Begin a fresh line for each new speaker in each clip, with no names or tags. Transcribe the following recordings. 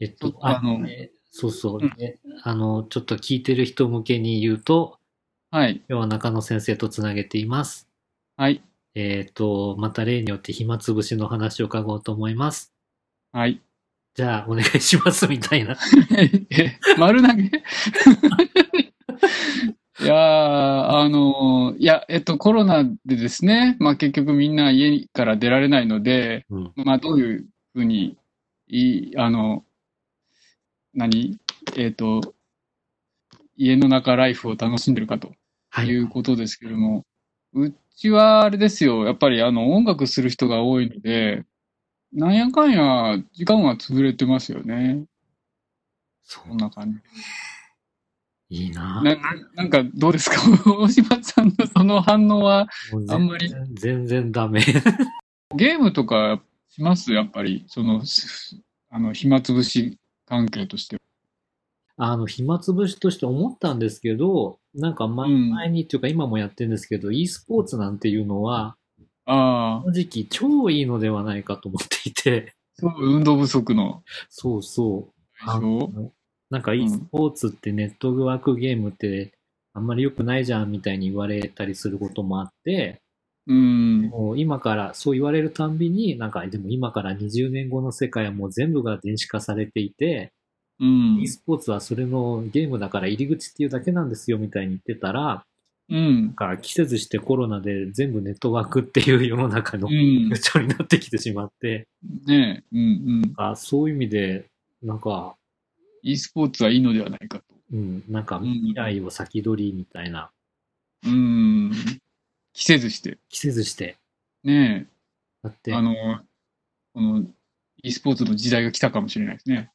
えっと、あ
あの
えそうそう、
うん
えあの、ちょっと聞いてる人向けに言うと、
はい。
今日は中野先生とつなげています。
はい。
えっと、また例によって暇つぶしの話を伺おうと思います。
はい。
じゃあ、お願いします、みたいな。
え丸投げいやー、あのーいや、えっと、コロナでですね、まあ結局みんな家から出られないので、
うん。
まあ、どういうふうに、いあの、何えっ、と、家の中ライフを楽しんでるかと
はいい。
うことですけれども、うちはあれですよ、やっぱりあの音楽する人が多いので、なんやかんや時間は潰れてますよね。
そう
こん、な感じ。
いいな
な、ななんかどうですか 大島さんのその反応は、
もう全
あんまり。
全然ダメ。
ゲームとかしますやっぱり、その、すあの、暇つぶし関係としては。
あの、暇つぶしとして思ったんですけど、なんか前,、
うん
前にっていうか今もやってるんですけど、e スポーツなんていうのは、
ああ。
正直超いいのではないかと思っていて、
そう、運動不足の
そうそう。
解消
なんか
ん
e スポーツってネットワークゲームってあんまり良くないじゃんみたいに言われたりすることもあって、
うん。
もう今から、そう言われるたんびに、なんかでも今から20年後の世界はもう全部が電子化されていて、
うん。
e スポーツはそれのゲームだから入り口っていうだけなんですよみたいに言ってたら、
うん。
なんか季節してコロナで全部ネットワークっていう世の中の
う
風
ん。
潮になってきてしまって、
ねえ。うんうん。
あそういう意味で、なんか、
e スポーツはいいのではないかと。
うん、なんか
ん
未来を先取りみたいな、
うん。着せずして。
季節して、
ね
だって
え。あ、の、この e スポーツの時代が来たかもしれないですね。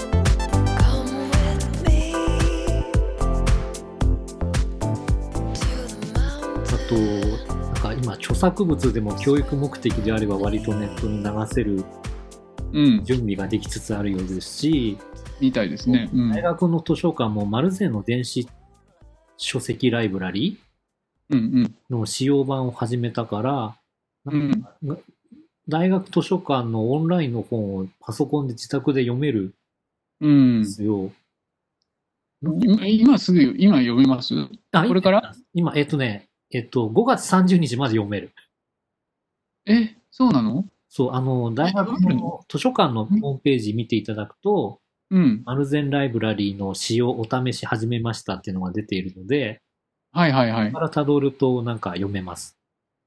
あ
Come with me to the
と、なんか今、著作物でも教育目的であれば割とネットに流せる
うん。
準備ができつつあるようですし、
みたいですね。うん
大。学の図書館もマルゼンの電子書籍ライブラリ
うん
ーの使用版を始めたから、
うん。うん。
大学図書館のオンラインの本をパソコンで自宅で読める
うん
んですよ。
今今すぐ、今読みます
あ
これから
今、えっとね、えっと、5月30日まで読める。
え、そうなの
そう、あの、大学
読める
の図書館のホームページ見ていただくと、
うん。
マルゼンライブラリーの使用お試し始めましたっていうのが出ているので、
はいはいは
こ
い
こ。から辿るとなんか読めます。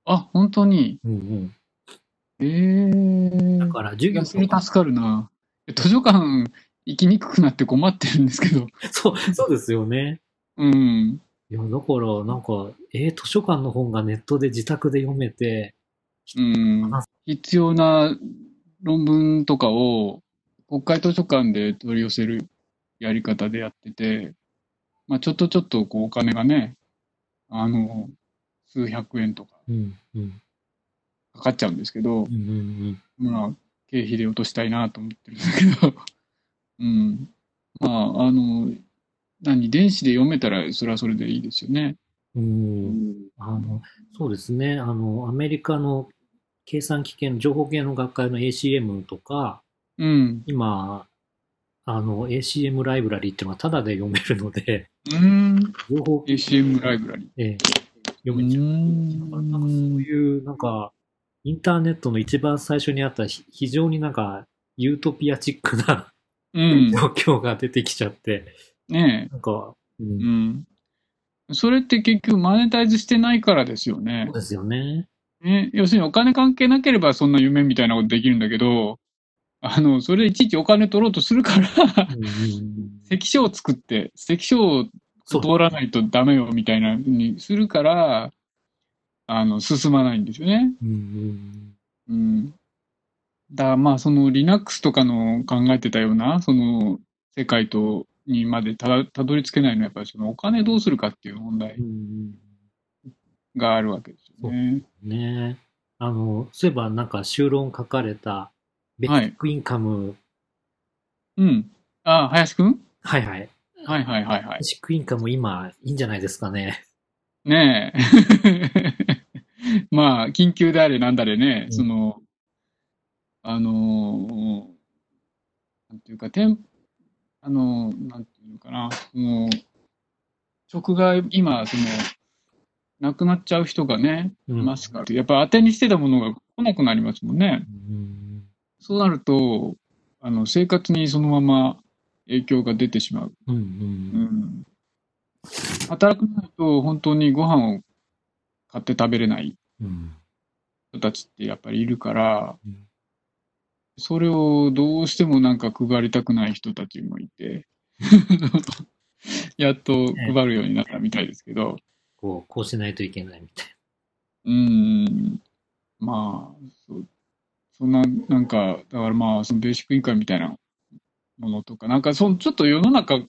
あ、本当に。
うんうん。
ええ
だから授
い
業
や、それ助かるな。図書館行きにくくなって困ってるんですけど。
そう、そうですよね。
うん。
いや、だからなんか、えー図書館の本がネットで自宅で読めて、
うん。必要な論文とかを国会図書館で取り寄せるやり方でやってて、まあ、ちょっとちょっとこうお金がね、あの、数百円とか
うんうん
かかっちゃうんですけ
うん
ど
う、んうん。
まあ、経費で落としたいなと思ってるんだけど、 うん。まあ、あの、何、電子で読めたらそれはそれでいいですよね。
うんあの、そうですね。あの、アメリカの計算機系の情報系の学会の ACM とか、
うん。
今、あの、ACM ライブラリーっていうのはタダで読めるので、
うーん。
情報、
ACM ライブラリ。
ええ
う
読めちゃう。だからなんかそう
ーん。
いう、なんか、インターネットの一番最初にあったひ非常になんか、ユートピアチックな
うん。
状況が出てきちゃって、
ね
なんか、う
え。
ん
うん。それって結局マネタイズしてないからですよね
そう。ですよね。
ね要するにお金関係なければそんな夢みたいなことできるんだけど、あの、それいちいちお金取ろうとするから、
うんうんうん
関所を作って、関所を通らないとダメよみたいなふうにするから、あの、進まないんですよね。
うんうん
うん。だからまあその Linux とかの考えてたようなその世界とにまでたどたどり着けないのは、やっぱりそのお金どうするかっていう問題
うん
があるわけですよね。
ねえあの、そういえばなんか修論書かれた、ベーシックインカム、
うん。あ、林くん
はい、はいはい
はいはいはいは
ベ
い
ー。シックインカム今、いいんじゃないですかね。
ねえ。 まあ、緊急であれなんだれね、
うん
その、あのー、なんていうか、てん、あのー、なんていうのかな、その、食が今、その、亡くなっちゃう人がね、
う
い
ん。
ますから、やっぱ当てにしてたものが来なくなりますもんね。
うん。
そうなると、あの、生活にそのまま影響が出てしまう。
うんう。
うんん働くないと本当にご飯を買って食べれない
うん。
人たちってやっぱりいるから
うん、
それをどうしてもなんか配りたくない人たちも いて、やっと配るようになったみたいですけど、
こう、こうしないといけないみたい
うん、まあ、そそんな、なんか、だからまあ、そのベーシックインカムみたいなものとか、なんかその、ちょっと世の中考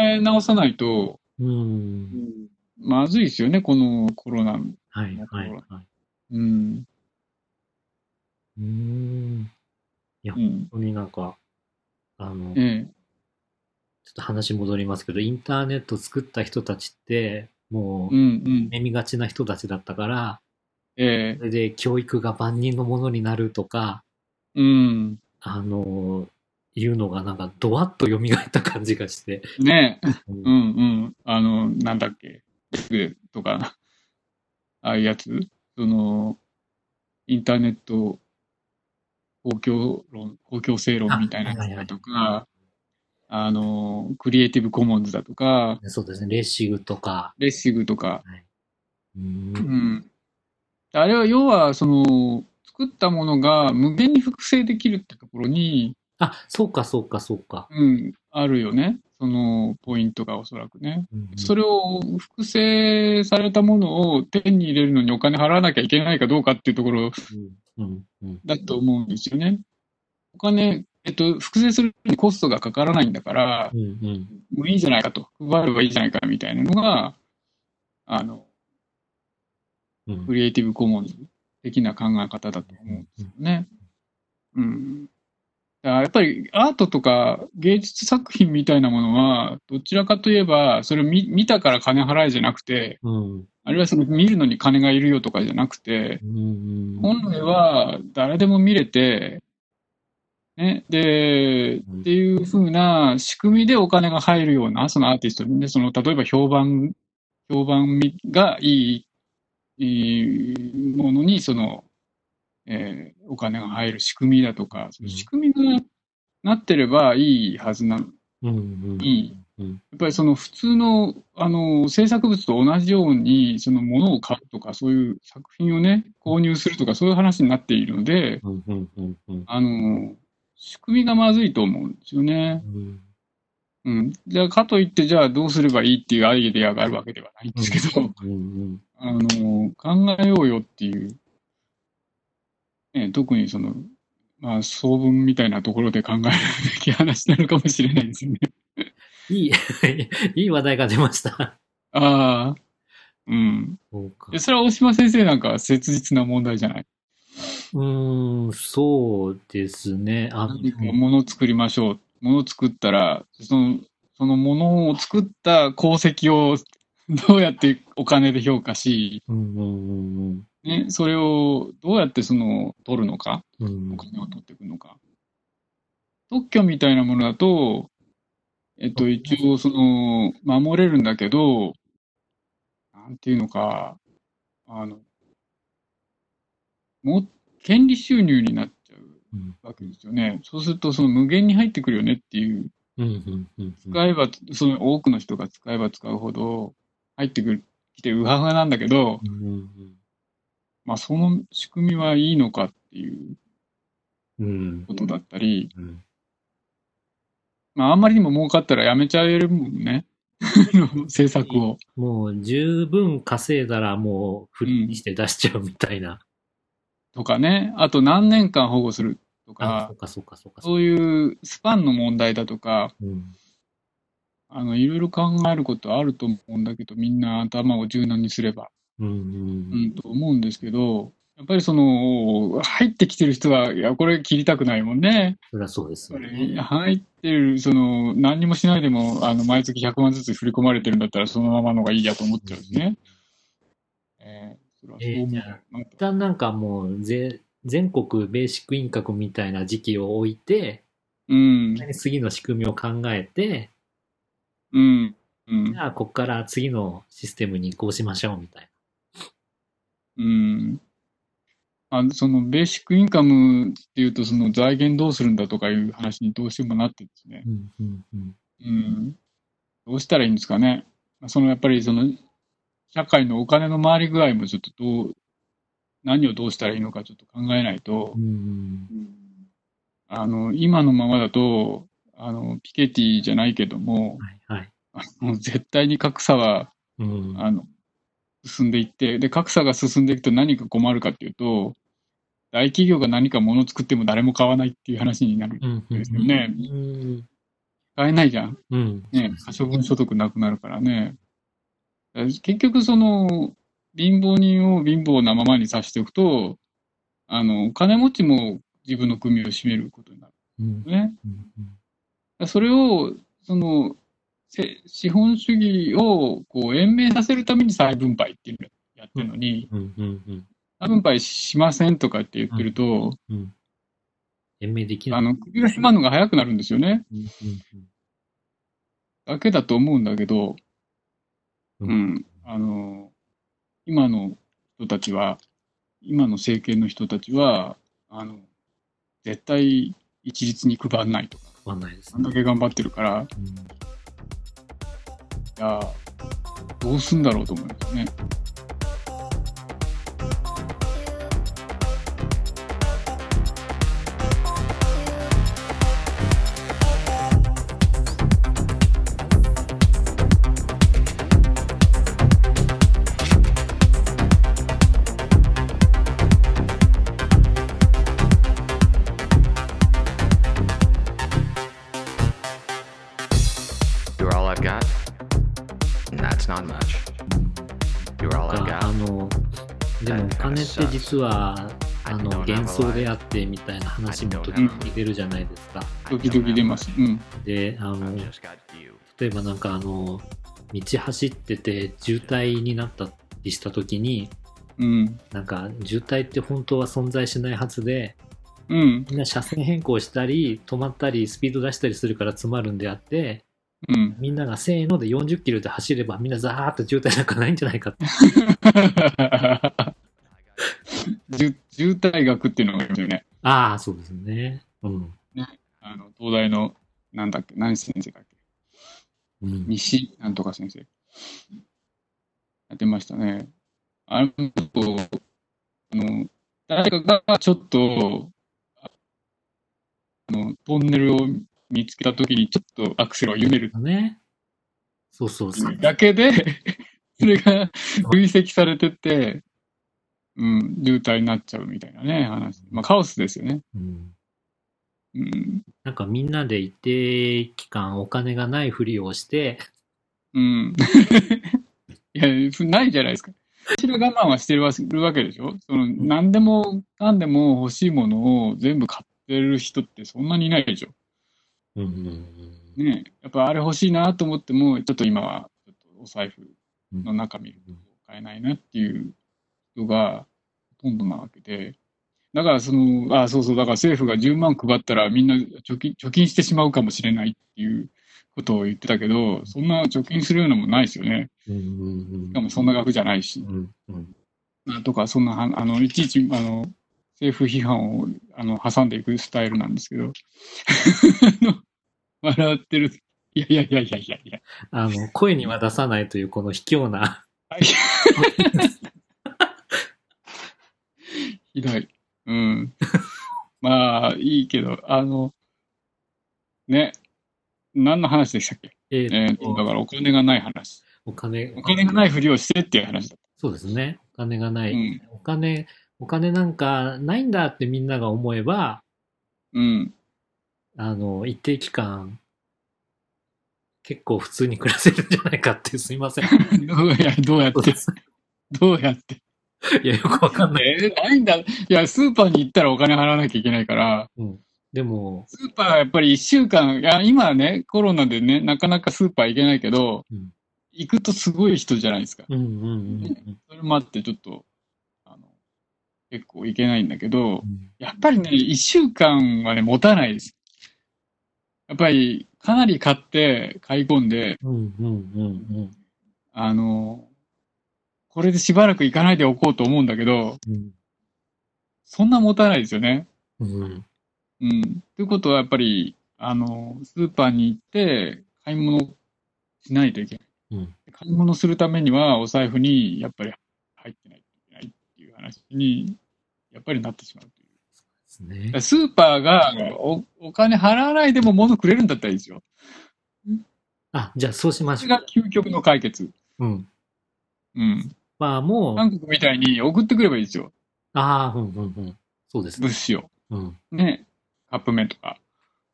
え直さないと、
な。うん。
まずいですよね、このコロナ。
はいはいはい。
うん。
うーん。
うん。
本当になんか、あの、ちょっ
ええ。
と話戻りますけど、インターネット作った人たちって、も
う
う、
んうん。
目見がちな人たちだったから、
ええ。
それで教育が万人のものになるとか、
うん。
あの、いうのがなんかドワッと蘇った感じがして。
ねえ。
うん
うんうん。あの、なんだっけ。でとか、ああいうやつ。その、インターネット公共論、公共正論みたいなやつだとか、あの、クリエイティブコモンズだとか、
そうですね、レシグとか。
レッシグとか、
う。
うんん。あれは要は、その、作ったものが無限に複製できるってところに、
あ、そうかそうかそうか。
うん、あるよね。そのポイントがおそらくね。
うん
それを複製されたものを手に入れるのにお金払わなきゃいけないかどうかっていうところ
うんうん
だと思うんですよね。お金、えっと、複製するのにコストがかからないんだから
う、んうん
もういいじゃないかと。配ればいいじゃないかみたいなのが、あの、
うん
クリエイティブコモンズ的な考え方だと思うんですよね。うん。だからやっぱりアートとか芸術作品みたいなものは、どちらかといえば、それを見見たから金払えじゃなくて、
うん
あるいはその見るのに金がいるよとかじゃなくて、
うん
本来は誰でも見れて、ね、で、
うん
っていう風な仕組みでお金が入るような、そのアーティストにね、その、例えば評判、評判みがいい、いいものに、その、えーお金が入る仕組みだとか、その仕組みがなってればいいはずなの
うん
に、
うん
やっぱりその普通の、あの、制作物と同じように、そのものを買うとか、そういう作品をね、購入するとか、そういう話になっているので、
うんうんうんうん
あの、仕組みがまずいと思うんですよね。
うん
うん。じゃあ、かといって、じゃあどうすればいいっていうアイデアがあるわけではないんですけど、
うんうん
あの、考えようよっていう、ね、特にその、まあ、総文みたいなところで考えるべき話なのかもしれないですね。
いい、いい話題が出ました。
ああ、うん。
そうか
で。それは大島先生なんかは切実な問題じゃない。
うーん、そうですね。あ、
何かものを作りましょう。ものを作ったら、その、そのものを作った功績を どうやってお金で評価し、
うんうん
ね、それをどうやってその、取るのか、
うんうん。う
お
ん
金を取っていくのか。特許みたいなものだと、えっと、一応その、守れるんだけど、なんていうのか、あの、も、権利収入になっちゃう。
うん
わけですよね。そうすると、その無限に入ってくるよねっていう、
うんうんうん。
使えば、その多くの人が使えば使うほど入ってくる、きてうはうはなんだけど、
うんうん
まあその仕組みはいいのかっていう
うんうん
ことだったり、
うん
まああんまりにも儲かったらやめちゃえるもんね。 制作を。
もう十分稼いだらもうフリーにして出しちゃうみたいな。
とかね。あと何年間保護すると
あ、そ
か
う、かそうかそうか。
そういうスパンの問題だとか、
うん
あの、いろいろ考えることあると思うんだけど、みんな頭を柔軟にすれば、
うん
う。ん、と思うんですけど、やっぱりその、入ってきてる人は、いや、これ切りたくないもんね。
そりゃそうです
そ
よ
れ
ね。
入ってる、その、何にもしないでも、あの、毎月100万ずつ振り込まれてるんだったら、そのままのがいいやと思っちゃうしね。えー、それはそう思うなと
一旦なんかもうぜ全国ベーシックインカムみたいな時期を置いて、
うん、
次の仕組みを考えて、
うん、うん
じ。ゃあここから次のシステムに移行しましょうみたい
うん。あ、そのベーシックインカムっていうと、その財源どうするんだとかいう話にどうしてもなってですね。
な。うんうんうん。
うん。どうしたらいいんですかね。そのやっぱりその社会のお金の回り具合もちょっとどう、何をどうしたらいいのかちょっと考えないと
う、ん
あの、今のままだと、あの、ピケティじゃないけども、
はいはい。
もう絶対に格差は、
うん。
あの、進んでいって、で、格差が進んでいくと何が困るかっていうと、大企業が何か物を作っても誰も買わないっていう話になる。
うんうん
ですよね
うん。
買えないじゃん。
うん。
ね、可処分所得なくなるからね。だから結局、その、貧乏人を貧乏なままにさしておくと、あの、金持ちも自分の組を占めることになる
うん
よね。だからそれを、その、せ資本主義をこう延命させるために再分配っていうのをやってるのに、
うんうんうん。
多分配しませんとかって言ってると、
うん。延命できない。
あの、首が絞まるのが早くなるんですよね。
うんうん
だけだと思うんだけど、
う
うんん。あの、今の人たちは、今の政権の人たちは、あの、絶対一律に配んないとか、
うん。わかんないです
あん
ね
だ。け頑張ってるから、
うん
いや、どうすんだろうと思いますね。
You're all I've got, and that's not much. You're all
か
I've
あ
got.
のでもお金って実は
あ
あの
の
幻想であってみたいな話も時々出るじゃないですか。
I
ド
don't
キドキ
have
出
much.
ます。うん。
であ
I've
の
just got you.
例えばなんかあの道走ってて渋滞になったりした時に
うん。
なんか渋滞って本当は存在しないはずで
うん。
みんな車線変更したり止まったりスピード出したりするから詰まるんであって
うん。
みんながせーので40キロで走ればみんなザーッと渋滞なんかないんじゃないかって
渋渋滞学っていうのがありますよね。
ああそうですねうん
あの、東大の、なんだっけ、何先生だっけ、
うん
西なんとか先生。やってましたね。あれも、あの、誰かがちょっと、あの、トンネルを見つけたときに、ちょっとアクセルを緩める
ねそうそうそう
だけで、 それが累積されてって、うん、渋滞になっちゃうみたいなね、話。まあ、カオスですよね。
うん
うん。
なんかみんなで一定期間お金がないふりをして、
うん。 いや、そないじゃないですか。後ろ我慢はしてるわるわけでしょその、何でも、何でも欲しいものを全部買ってる人ってそんなにいないでしょ
うん
ねえやっぱあれ欲しいなと思っても、ちょっと今は、ちょっとお財布の中見ると買えないなっていう人がほとんどなわけで。だからその、あ、そうそう、だから政府が10万配ったらみんな貯金、貯金してしまうかもしれないっていうことを言ってたけど、そんな貯金するようなもんないですよね。
うんうん
しかもそんな額じゃないし、
うんうん
なんとかそんなは、あの、いちいち、あの、政府批判を、あの、挟んでいくスタイルなんですけど、 あの笑ってる。いやいやいやいやいやいや。
あの、声には出さないというこの卑怯な、
ひどい。うん。 まあ、いいけど、あの、ね、何の話でしたっけ
え
え
ー
ー
っと
と、だからお金がない話。
お金、
お金がないふりをしてっていう話だ。
そうですね。お金がない、
うん
お金、お金なんかないんだってみんなが思えば、
うん。
あの、一定期間、結構普通に暮らせるんじゃないかって、すいません。
どうや、どうやっ
そう
て
で、す
どうやって。
いや、よくわかんない。
えーないんだ。いや、スーパーに行ったらお金払わなきゃいけないから、
うん、でも、
スーパーはやっぱり1週間、いや、今はね、コロナでね、なかなかスーパー行けないけど、
うん
行くとすごい人じゃないですか。
うんうんうんうん
それもあって、ちょっと、あの、結構行けないんだけど
う、ん。
やっぱりね、1週間はね、持たないです。やっぱり、かなり買って、買い込んで、
うんうんうん
あの、これでしばらく行かないでおこうと思うんだけど、
うん
そんな持たないですよね。
うんうん。
うん。ということは、やっぱり、あの、スーパーに行って、買い物しないといけない。
うん
買い物するためには、お財布に、やっぱり入ってないといけないっていう話に、やっぱりなってしまうという。
ですね。
スーパーがおお金払わないでも物くれるんだったらいいですよ。
あ、じゃあそうしま
そ
し
れ
ょう。
が究極の解決。
うん。
うん。
まあもう、
韓国みたいに送ってくればいいですよ。
ああ、うんうんうん。そうですね。
物資を。
うん。
ね。カップ麺とか。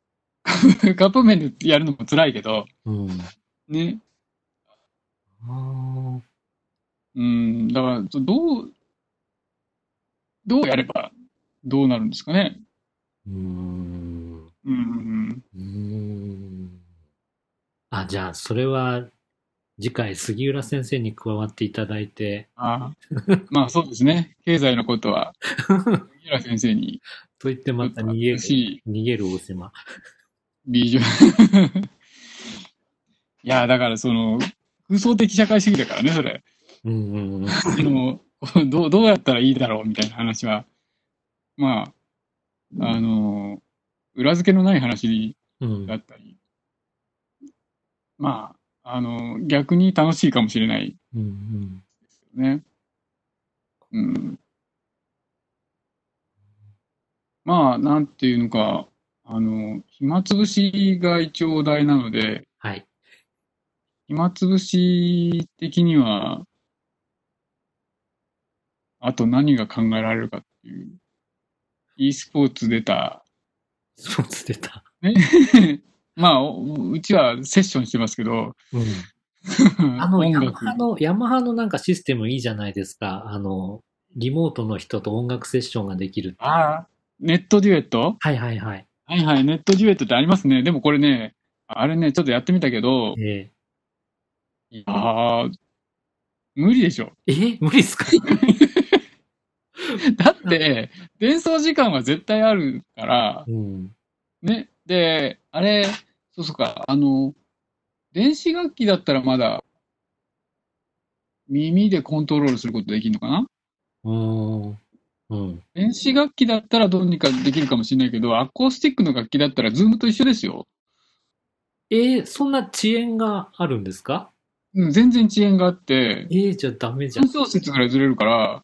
カップ麺でやるのも辛いけど、
うん。
ね。
あ
うん。だから、どどう、どうやればどうなるんですかね。
ーうーん。
うんうん
うーん。あ、じゃあそれは、次回杉浦先生に加わっていただいて、
あーまあそうですね。経済のこ とは、杉浦先生に、
と言ってまた逃げ
難
る、
しい
逃げる王様。
ビジュ いや、だからその、空想的社会主義だからね、それ。
うんうんうん。
あの、どう、どうやったらいいだろうみたいな話は、まあ、あの、裏付けのない話
うん
だったり、まあ、あの、逆に楽しいかもしれない
うんうん。
ですよね。うん。まあ、なんていうのか、あの、暇つぶしが一応お題なので、
はい。
暇つぶし的には、あと何が考えられるかっていう、e スポーツ出た、
そうつってた。
ね、まあ、おうちはセッションしてますけど、
うん。あの、
音
ヤマ
楽、
ハの、ヤマハのなんかシステムいいじゃないですか。あの、リモートの人と音楽セッションができる。
ああ、ネットデュエット
はいはいはい。
はいはい、ネットデュエットってありますね。でもこれね、あれね、ちょっとやってみたけど、
え
ああ、無理でしょ。
ーえ無理っすか
だって、伝送時間は絶対あるから、
うん。
ね、で、あれ、そうそうか、あの、電子楽器だったらまだ、耳でコントロールすることできるのかな
うーん。うん。
電子楽器だったらどうにかできるかもしれないけど、アコースティックの楽器だったら、ズームと一緒ですよ。
えーそんな遅延があるんですか
うん、全然遅延があって、
えーじゃあダメじゃん
3。小節ぐらいずれるから、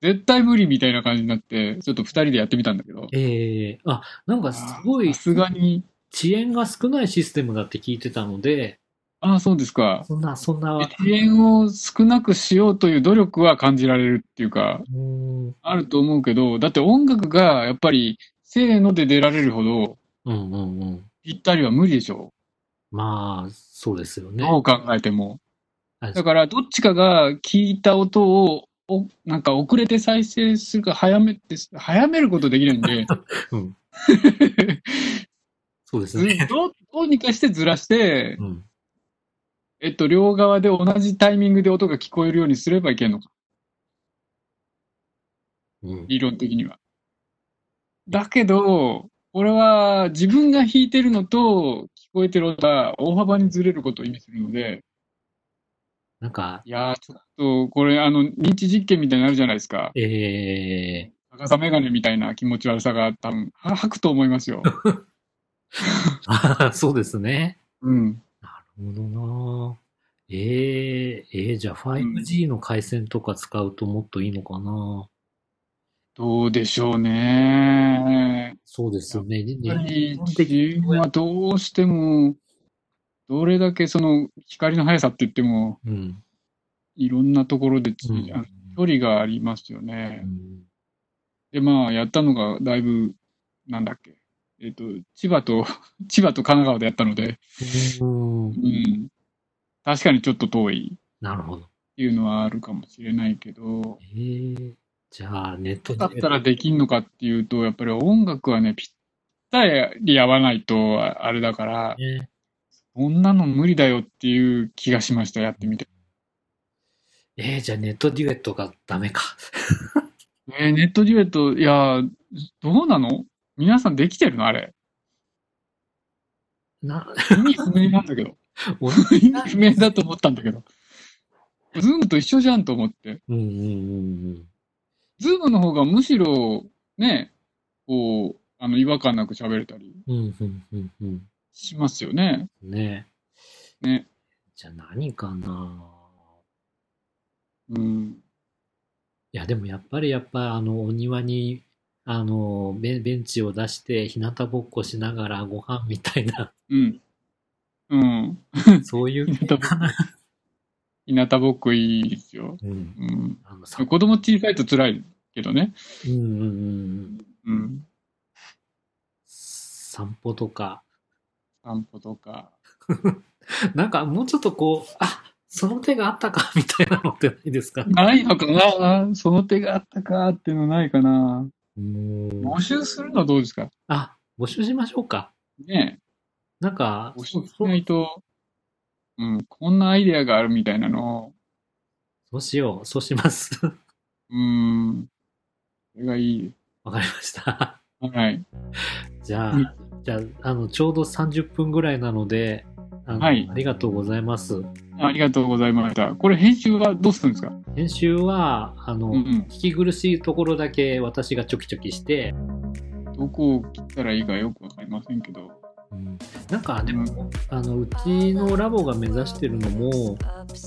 絶対無理みたいな感じになって、ちょっと2人でやってみたんだけど、
えーあ、なんかすごい
さすがに、
遅延が少ないシステムだって聞いてたので、
ああ、そうですか。
そんな、そんな、
遅延を少なくしようという努力は感じられるっていうか、
うーん。
あると思うけど、だって音楽がやっぱり、せーので出られるほど、
うんうんうん。
ぴったりは無理でしょ
まあ、そうですよ
う。
ね。
どう考えても。
はい
だから、どっちかが聞いた音を、おなんか遅れて再生するか、早めて、早めることできないんで、
うん。 そうです
ず
ね。
どうどうにかしてずらして
う、ん。
えっと、両側で同じタイミングで音が聞こえるようにすればいけんのか、
うん。
理論的には。だけど、これは自分が弾いてるのと聞こえてる音が大幅にずれることを意味するので、
なんか、
いやー、ちょっと、これ、あの、認知実験みたいになるじゃないですか。
え
逆さメガネみたいな気持ち悪さが多分、は吐くと思いますよ。
ー、そうですね。
うん。
なるほどなえー、えー、じゃあ 5G の回線とか使うともっといいのかな、
どうでしょうね。
そうですよね。
やっぱり、
的
自分はどうしても、どれだけその、光の速さって言っても、
うん。
いろんなところで、
うん
あの距離がありますよ
う
ね。
ん
で、まあ、やったのが、だいぶ、なんだっけ、えっ、と、千葉と、 千葉と神奈川でやったので、
うん
うん。確かにちょっと遠いっ
なるほど。
ていうのはあるかもしれないけど、
えー、じゃあ、ネット
だったらできんのかっていうと、やっぱり音楽はね、ぴったり合わないとああれだから、
ね
そんなの無理だよっていう気がしました、やってみて。
えー、じゃあネットデュエットがダメか。
えーネットデュエット、いやー、どうなの皆さんできてるのあれ。
な、
意味不明なんだけど。
お
意味不明だと思ったんだけど。ズームと一緒じゃんと思って。
うんうんうん
ズームの方がむしろ、ね、こう、あの、違和感なく喋れたり
うん。うんうんうんうん。
しますよね。
ね
ね。
じゃあ何かな
うん。
いや、でもやっぱりやっぱあの、お庭に、あの、ベベンチを出して、日向ぼっこしながらご飯みたいな、
うん。うん。
そういう
日向ぼっこ。日向ぼっこいいですよ。
うん。
うん。
あの、さ、
子供小さいと辛いけどね。
うんうんうん。
うん。
散歩とか。
散歩とか。
なんかもうちょっとこう、あ、その手があったか、みたいなのってないですか
ないのかなその手があったかっていうのないかな
うん
募集するのはどうですか
あ、募集しましょうか。
ね
なんか
え、募集しないと、うん、こんなアイデアがあるみたいなのを、
そうしよう。そうします。
うん、それがいい。
わかりました。
はい。
じゃ
うん
あ、じゃあ、あの、ちょうど30分ぐらいなので、あの
はい
ありがとうございます。
ありがとうございました。これ編集はどうするんですか
編集は、あの、
うん
聞き苦しいところだけ私がチョキチョキして、
うん。どこを切ったらいいかよくわかりませんけど。
うんなんか、で
う
も、
ん
あの、うちのラボが目指してるのも、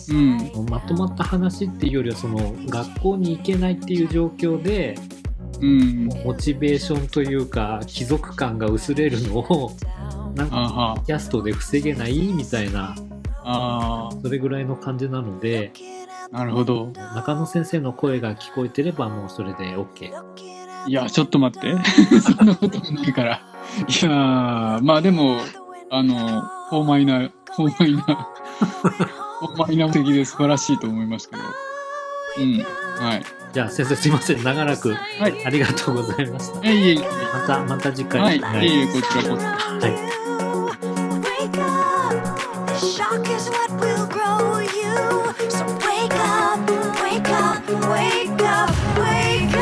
うん
まとまった話っていうよりはその学校に行けないっていう状況で
うん。
モチベーションというか貴族感が薄れるのをなん
あ
か
は。
キャストで防げないみたいな
あ
それぐらいの感じなので
あ、なるほど。
中野先生の声が聞こえてればもうそれで OK
いや、ちょっと待って。 そんなことがないから。いやー、まあでも、あの、フォーマイな、フォーマイな、フォーマイな敵で素晴らしいと思いますけど。うん。はい。
じゃあ先生すいません長らく
はい。
ありがとうございました
えいえいえ。
またまた次回
はい。
はい
えいえ、こちらこそ。
はい
Wake up. Shock is what will grow you. So wake up, wake up, wake up, wake up.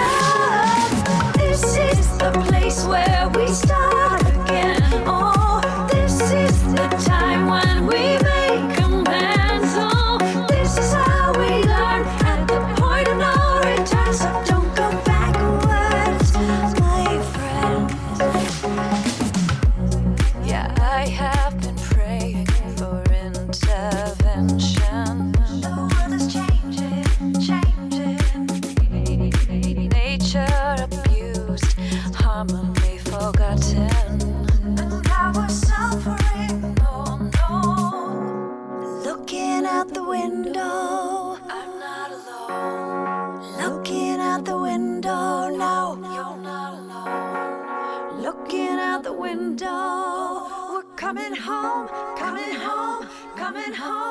This is the place where we start again. Oh, this is the time when we make amends. Oh, this is how we learn at the point of no return. So don't go backwards, my friends. Yeah, I have been praying for intervention. The world is changing, changing. Nature abused, harmony forgotten. And I was suffering, no, no. Looking out the window, I'm not alone. Looking out the window, no, you're not alone. Looking out the window, we're coming home, Oh, coming home, coming home.